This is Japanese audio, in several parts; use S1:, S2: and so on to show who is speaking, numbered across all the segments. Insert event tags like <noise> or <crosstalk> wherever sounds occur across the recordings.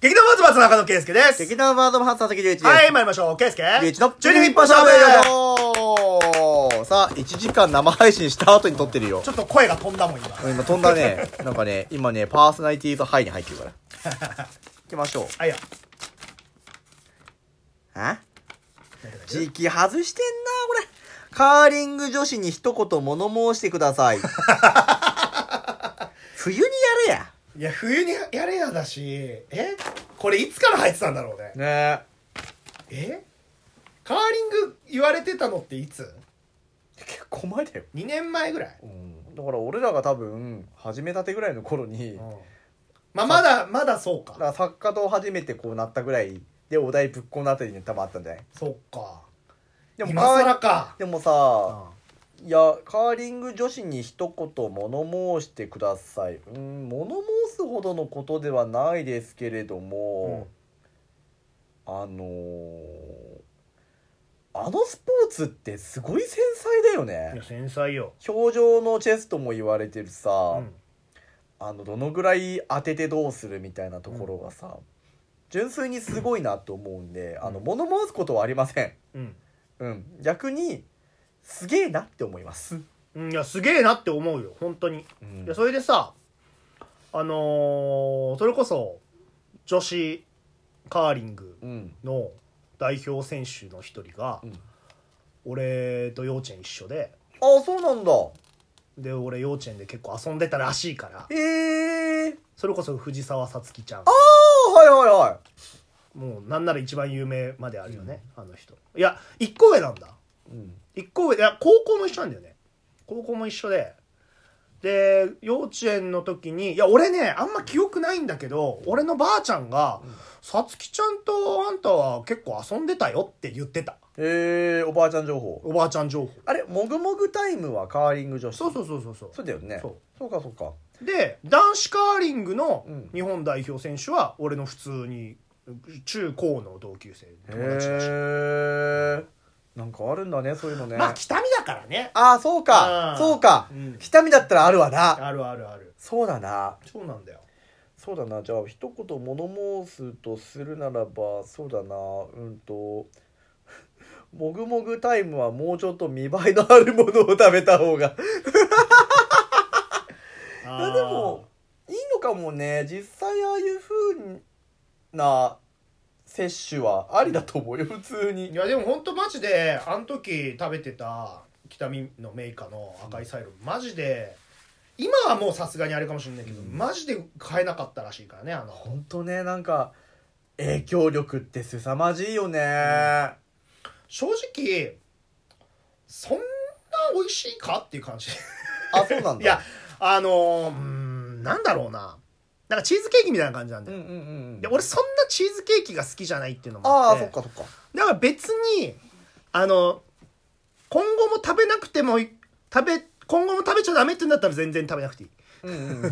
S1: 劇団ワーズバーツ中野圭介です。
S2: 劇団ワードバーツ佐々木隆一です。
S1: はい、参りましょう。圭介。
S2: 隆一の
S1: 12
S2: 12
S1: 一
S2: 一
S1: 本
S2: 本
S1: 勝負
S2: 勝負よさあ、1時間生配信した後に撮ってるよ
S1: ち。ょっと声が飛んだもん、今。は
S2: 今飛んだね。 <laughs> なんかね、今ね、パーソナリティとハイに入ってるから。行きましょう。
S1: いや。
S2: あ時期外してんな、これ。カーリング女子に一言物申してくださ <laughs> い。冬にや
S1: いや、冬にやれやだし、えこれいつから入ってたんだろうね。
S2: れや。ね
S1: えカーリング言われてたのっていつ
S2: え。結構前だよ。
S1: ?2 年前ぐらい。
S2: うん。だから俺らが多分、始めたてぐらいの頃に、
S1: まあ、まだ、まだそう
S2: だ
S1: か。
S2: から作家と初めてこうなったぐらいでお題ぶっこんだあたりに多分あったんじゃない
S1: そっか。
S2: でも
S1: 今
S2: カー
S1: 更か。
S2: でもさ、いやカーリング女子に一言物申してくださいうん物申すほどのことではないですけれども、あのーあのスポーツってすごい繊細だよ
S1: いや、
S2: ね
S1: 繊細よ。
S2: 表情のチェスとも言われてるさ、
S1: うん。
S2: あのどのぐらい当ててどうするみたいなところがさ、純粋にすごいなと思うんで、
S1: ん
S2: あの物申すことはありません、
S1: うん
S2: うん、逆にすげえなって思います、
S1: うん。いや、すげえなって思うよ。本当に。
S2: うん
S1: いやそれでさあのーそれこそ女子カーリング
S2: うん
S1: の代表選手の一人が、
S2: うん
S1: 俺と幼稚園一緒で
S2: あそうなんだ
S1: で俺幼稚園で結構遊んでたらしいから
S2: ええ
S1: それこそ藤沢さつきちゃん
S2: あはいはいは
S1: もうなんなら一番有名まであるよね、あの人いや一個上なんだ
S2: い、うん、
S1: 一個上いや高校も一緒なんだよね高校も一緒でで幼稚園の時にいや俺ねあんま記憶ないんだけど俺のばあちゃんが
S2: うん
S1: 「さつきちゃんとあんたは結構遊んでたよ」って言ってた
S2: えー、おばあちゃん情報
S1: おばあちゃん情報
S2: あれもぐもぐタイムはカーリング女子
S1: そうそうそうそうそう
S2: そうだよね
S1: そう
S2: かそうか
S1: で男子カーリングの
S2: うん
S1: 日本代表選手は俺の普通に中高の同級生
S2: へ
S1: 友達だし
S2: えなんかあるんだねそういうのね
S1: まあ北見だからね
S2: ああそう
S1: あ
S2: か
S1: ー
S2: そうか
S1: うん
S2: 下見だったらあるわな
S1: あるあるある
S2: そうだな
S1: そうなんだよ
S2: そうだなじゃあ一言物申すとするならばそうだなうんと <laughs> 「もぐもぐタイム」はもうちょっと見栄えのあるものを食べた方がいやでもいいのかもね実際ああいう風な摂取はありだと思うよ普通
S1: い
S2: に
S1: やでも本当マジであの時食べてた北見のメーカーの赤いサイロマジで今はもうさすがにあれかもしれないけど、
S2: うん
S1: マジで買えなかったらしいからねあの
S2: ほんとねなんか影響力って凄まじいよね、
S1: 正直そんな美味しいかっていう感
S2: <laughs>
S1: じ
S2: あそうなんだ
S1: いやあのーうーんなんだろうななんかチーズケーキみたいな感じなん
S2: う
S1: だ
S2: んう
S1: よ、
S2: んうん
S1: で俺そんなチーズケーキが好きじゃないっていうのも
S2: あ
S1: あっ
S2: あ
S1: て
S2: そっかそっか
S1: だから別にあの今後も食べなくてもい食べ今後も食べちゃダメってなったら全然食べなくていい
S2: うんうんう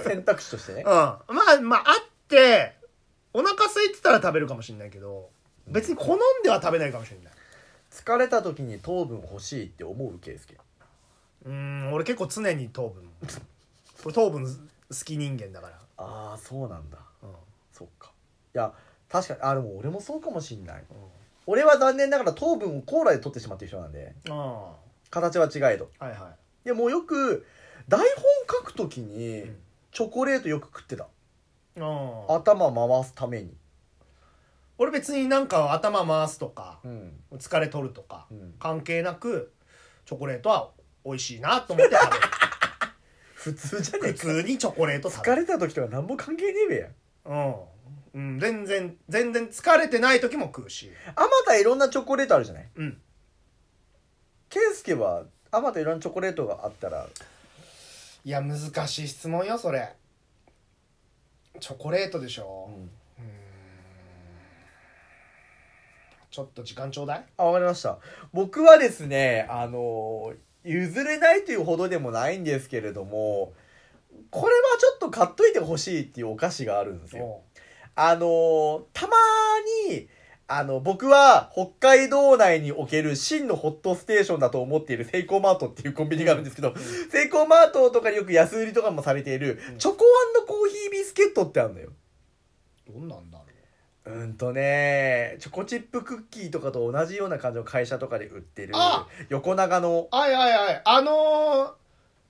S2: ん選択肢としてね
S1: うん、まあまああってお腹空いてたら食べるかもしれないけど別に好んでは食べないかもしれない
S2: 疲れた時に糖分欲しいって思う圭介
S1: うん俺結構常に糖分俺糖分好き人間だから
S2: ああそうなんだ
S1: うん
S2: そっかいや確かにあでも俺もそうかもしんな
S1: う
S2: い
S1: ん
S2: 俺は残念ながら糖分をコーラで取ってしまっている人なんで
S1: あ
S2: 形は違えど
S1: あはいは
S2: でもうよく台本書く時に
S1: うん
S2: チョコレートよく食ってた
S1: いうん
S2: 頭回すために
S1: 俺別になんか頭回すとか
S2: うん
S1: 疲れ取るとか
S2: うん
S1: 関係なくチョコレートは美味しいなと思って食
S2: 普通じゃ
S1: べ
S2: ね
S1: る
S2: え
S1: 普
S2: か
S1: 通にチョコレート食べ
S2: 疲
S1: る
S2: れた時とか何も関係ねえべや
S1: うん、うん、全然全然疲れてない時も食うし
S2: あまたいろんなチョコレートあるじゃない
S1: うん
S2: 圭介はあまたいろんなチョコレートがあったら
S1: いや難しい質問よそれチョコレートでしょ、
S2: ん
S1: ちょっと時間ちょうだい
S2: あ、わかりました。僕はですね、あの譲れないというほどでもないんですけれども、これはちょっと買っといてほしいっていうお菓子があるんですよ。
S1: お
S2: あのたまに、あの、僕は北海道内における真のホットステーションだと思っているセイコーマートっていうコンビニがあるんですけど、セイコーマートとかによく安売りとかもされている
S1: う、ん
S2: チョココーヒービスケットってあるのよ。
S1: どうどんなんだろ
S2: うんとねチョコチップクッキーとかと同じような感じの会社とかで売ってる
S1: あ
S2: 横長の
S1: うはいはいはいあのー、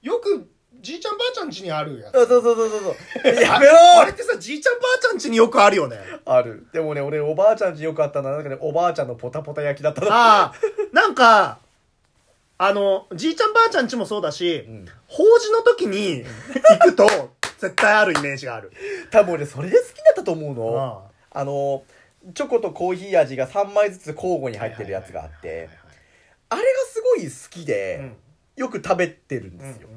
S1: よくじいちゃんばあちゃん家にあるや
S2: あ
S1: つ
S2: そうそうそうそうそう <laughs> やめろ
S1: あれってさじいちゃんばあちゃん家によくあるよね
S2: あるでもね俺おばあちゃんちよくあったのはなんかねおばあちゃんのポタポタ焼きだったな
S1: ああなんかあのじいちゃんばあちゃん家もそうだし、
S2: うん
S1: 法事の時に行くと絶対あるイメージがある
S2: 多分俺それで好きだったと思うの
S1: あ
S2: あのチョコとコーヒー味が3枚ずつ交互に入ってるやつがあってあれがすごい好きで、
S1: うん
S2: よく食べてるん
S1: うんう
S2: で
S1: ん
S2: すよ、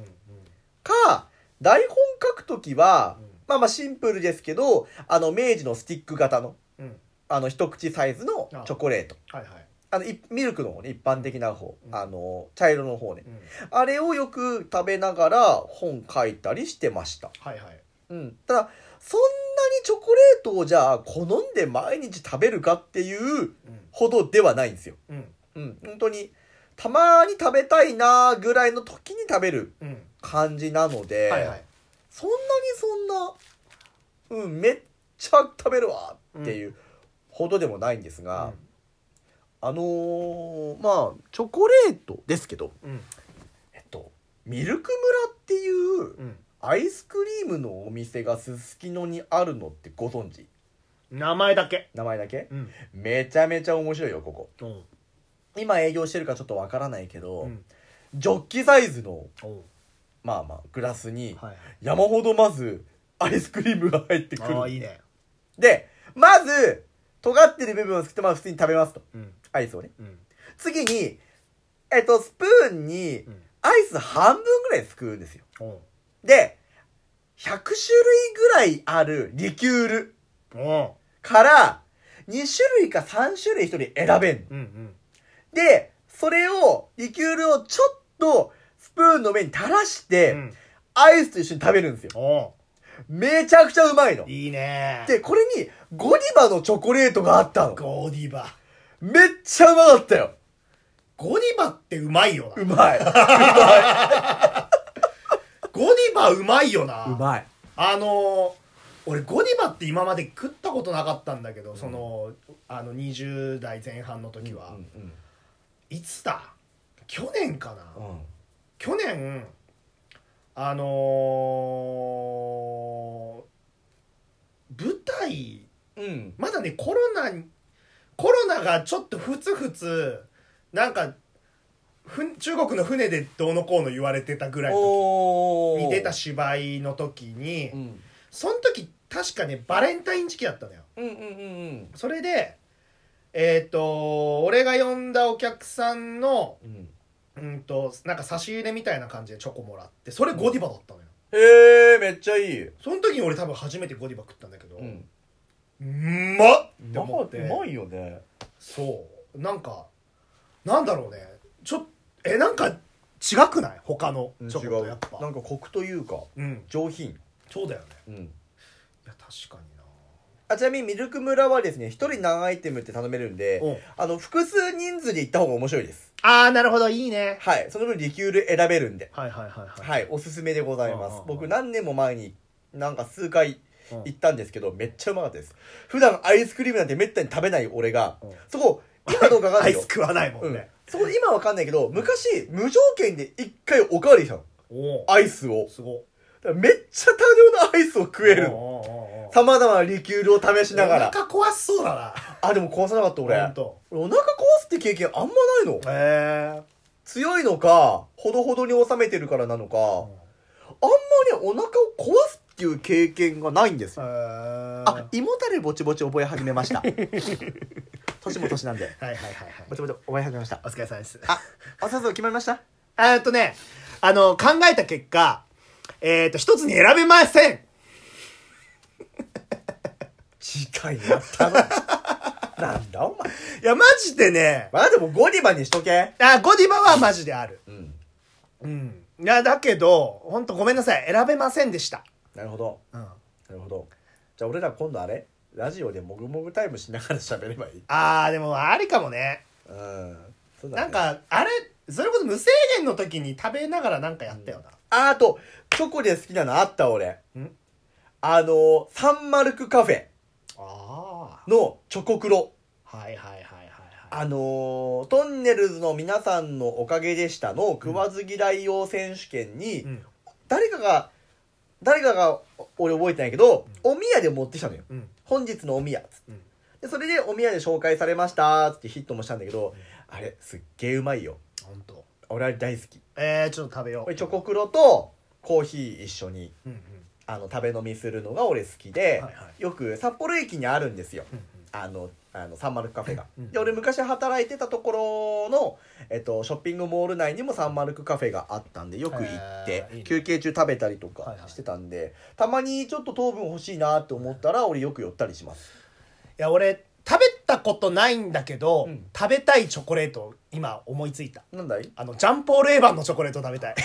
S2: か台本書くときは、
S1: うん
S2: まあまあシンプルですけどあの明治のスティック型の
S1: うんうん
S2: あの一口サイズのチョコレート
S1: はいはい、
S2: あのいミルクの方ね一般的な方、
S1: うん
S2: あの茶色の方ね
S1: うん、
S2: あれをよく食べながら本書いたりしてました
S1: はいはい
S2: うん、ただそんなにチョコレートをじゃあ好んで毎日食べるかっていう
S1: う
S2: ほどではないんですよ。
S1: んうん
S2: うん、本当にたまに食べたいなぐらいの時に食べる
S1: うん
S2: 感じなので、
S1: はいはい
S2: そんなにそんな、うん、めっちゃ食べるわっていうほどでもないんですが、あのーまあチョコレートですけど、
S1: うん
S2: えっと、ミルク村っていう
S1: うん
S2: アイスクリームのお店がすすきのにあるのってご存知
S1: 名前だけ
S2: 名前だけ
S1: うん
S2: めちゃめちゃ面白いよここ
S1: おう
S2: 今営業してるかちょっとわからないけど、
S1: うん
S2: ジョッキサイズの
S1: おう
S2: まあまあグラスに
S1: はい
S2: 山ほどまずアイスクリームが入ってく
S1: ああ
S2: る
S1: いいね
S2: でまず尖ってる部分を作ってまあ普通に食べますと
S1: うん
S2: アイスをね
S1: うん
S2: 次にえっとスプーンに
S1: うん
S2: アイス半分ぐらいすくうんですよ
S1: おう
S2: で100種類ぐらいあるリキュール
S1: おう
S2: から2種類か3種類1人選べんの
S1: うんうん
S2: で、それを、リキュールをちょっと、スプーンの上に垂らして、
S1: うん
S2: アイスと一緒に食べるんですよ。
S1: おう
S2: めちゃくちゃうまいの。
S1: いいね
S2: で、これに、ゴディバのチョコレートがあったの。
S1: ゴディバ
S2: めっちゃうまかったよ。
S1: ゴディバってうまいよ
S2: う
S1: な
S2: まい。
S1: ゴディバうまいよな
S2: うまい。
S1: あのー俺ゴディバって今まで食ったことなかったんだけど、そのあの20代前半の時は、
S2: うん
S1: いつだ去年かな、
S2: うん。
S1: 去年あのー舞台
S2: うん。
S1: まだねコロナにコロナがちょっとふつふつなんかふ中国の船でどうのこうの言われてたぐらいの時
S2: おー。
S1: に出た芝居の時に、
S2: うん。
S1: その時確かねバレンタイン時期だったのよ
S2: うんうんうん
S1: それでえっ、と俺が呼んだお客さんの
S2: うん。うん。
S1: うんとなんか差し入れみたいな感じでチョコもらってそれゴディバだったのよ
S2: へえ、めっちゃいい。
S1: その時に俺多分初めてゴディバ食ったんだけど、
S2: う。
S1: うんまっって
S2: なんか
S1: 思
S2: う
S1: って
S2: まいよね。
S1: そうなんかなんだろうねちょっえなんか違くない他のチョコとやっぱ
S2: なんかコクというか、
S1: うん
S2: 上品。
S1: そうだよね
S2: うん。
S1: いや確かにな
S2: あちなみにミルク村はですね、一人何アイテムって頼めるんで、
S1: うん
S2: あの、複数人数で行った方が面白いです。
S1: ああなるほどいいね
S2: はい。その分リキュール選べるんで。
S1: はいはいはいはい、
S2: はい。おすすめでございま
S1: うんうん
S2: す
S1: うん。
S2: 僕何年も前に、なんか数回
S1: うん
S2: 行ったんですけど、めっちゃうまかったです。普段アイスクリームなんてめったに食べない俺が
S1: うん、
S2: そこ、今どうかわか
S1: <laughs>
S2: ん
S1: ア
S2: ない
S1: イ
S2: よ
S1: ス。食わないも
S2: うんん
S1: ね、。
S2: そこ今わかんないけど、昔、無条件で一回おかわりしたの。
S1: お
S2: アイスを
S1: お。すご
S2: だからめっちゃ多量のアイスを食えるの。
S1: おうおうおうおう
S2: 様々なリキュールを試しながら
S1: お。腹壊しそうだな
S2: あ、でも壊さなかった俺。
S1: ほんと
S2: お腹壊すって経験あんまないの
S1: へえ
S2: 強いのかほどほどに収めてるからなのか、あんまりお腹を壊すっていう経験がないんですよあ
S1: あ
S2: 胃もたれぼちぼち覚え始めました <laughs> 年も年なんで
S1: はいはいはいはい
S2: ぼちぼち覚え始めました
S1: お疲れ様です
S2: ああそうそう決まりました
S1: えっとねあの考えた結果えっ、と一つに選べません
S2: 次回やったな <laughs> なんだお前
S1: いやマジでね
S2: まあでもゴディバにしとけ
S1: あゴディバはマジである
S2: うん
S1: うんいやだけど本当ごめんなさい選べませんでした
S2: なるほど
S1: うん
S2: なるほどじゃあ俺ら今度あれラジオでもぐもぐタイムしながら喋ればいい
S1: あーでもありかもね
S2: うんそうだね
S1: なんかあれそれこそ無制限の時に食べながらなんかやったよな、
S2: ああと、チョコで好きなのあった俺。
S1: ん
S2: あのーサンマルクカフェ。
S1: あ
S2: のチョコクロ
S1: はいはいはいはいはい
S2: あのートンネルズの皆さんのおかげでした」の食わず嫌い用選手権に、
S1: うん
S2: 誰かが誰かがお俺覚えてないけど、おみやで持ってきたのよ
S1: うん
S2: 本日のおみやつって、
S1: うん
S2: でそれでおみやで紹介されましたつってヒットもしたんだけど、あれすっげえうまいよ
S1: 本当
S2: 俺あれ大好き
S1: えー、ちょっと食べよ
S2: こ
S1: う
S2: れチョコクロとコーヒー一緒に
S1: うんうん
S2: あの食べ飲みするのが俺好きで、
S1: はいはい
S2: よく札幌駅にあるんですよ
S1: うん
S2: あのあのサンマルクカフェが、
S1: うん
S2: で俺昔働いてたところの、えっと、ショッピングモール内にもサンマルクカフェがあったんでよく行って
S1: へ、ーいいね
S2: 休憩中食べたりと
S1: は
S2: か
S1: いはい
S2: してたんで、たまにちょっと糖分欲しいなと思ったら俺よく寄ったりします
S1: いや俺食べたことないんだけど、
S2: うん
S1: 食べたいチョコレートを今思いついた
S2: なんだい
S1: あのジャンポール・エヴァンのチョコレート食べたい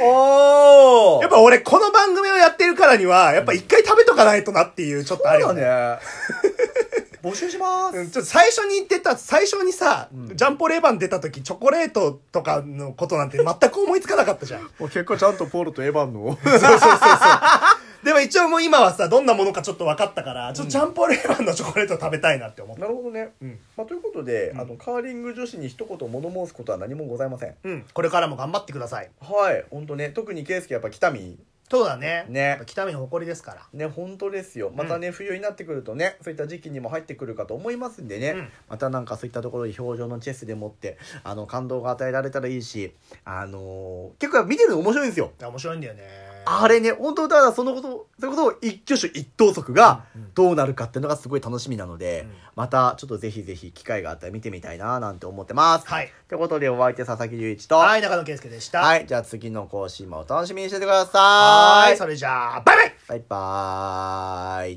S2: お
S1: やっぱ俺この番組をやってるからにはやっぱ一回食べとかないとなっていうちょっとあるよ
S2: そう
S1: ね
S2: だね <laughs> 募集します、
S1: うんちょっと最初に出た、最初にさ、
S2: うん
S1: ジャンポレーバン出た時、チョコレートとかのことなんて全く思いつかなかったじゃん。
S2: もう結構ちゃんとポールとエヴァン <laughs> の
S1: でも一応もう今はさ、どんなものかちょっと分かったから、ちょっ
S2: う
S1: と
S2: ん
S1: ジャンポレーバンのチョコレート食べたいなって思った。
S2: なるほどね、
S1: うん
S2: まあ、ということで、
S1: うん
S2: あのカーリング女子に一言物申すことは何もございません
S1: うん、これからも頑張ってください。
S2: はい本当ね特に圭介やっぱ北見
S1: そうだね。
S2: ね
S1: やっぱ北見の誇りですから。
S2: ね本当ですよまたね、冬になってくるとねそういった時期にも入ってくるかと思いますんでね、
S1: うん
S2: またなんかそういったところに表情のチェスでもってあの感動が与えられたらいいしあのー結構やっぱ見てるの面白いんですよ
S1: いや面白いんだよね。
S2: あれね本当ただそのことそれこそ一挙手一投足が
S1: うんうん
S2: どうなるかっていうのがすごい楽しみなので、
S1: うん
S2: またちょっとぜひぜひ機会があったら見てみたいななんて思ってます。
S1: はい
S2: ということでお相手佐々木隆一と、
S1: はい、中野圭介でした。。
S2: はいいじゃあ次の更新もお楽しみにしててくださ。
S1: はいーい、それじゃあ、バイバイ
S2: バイバーイ。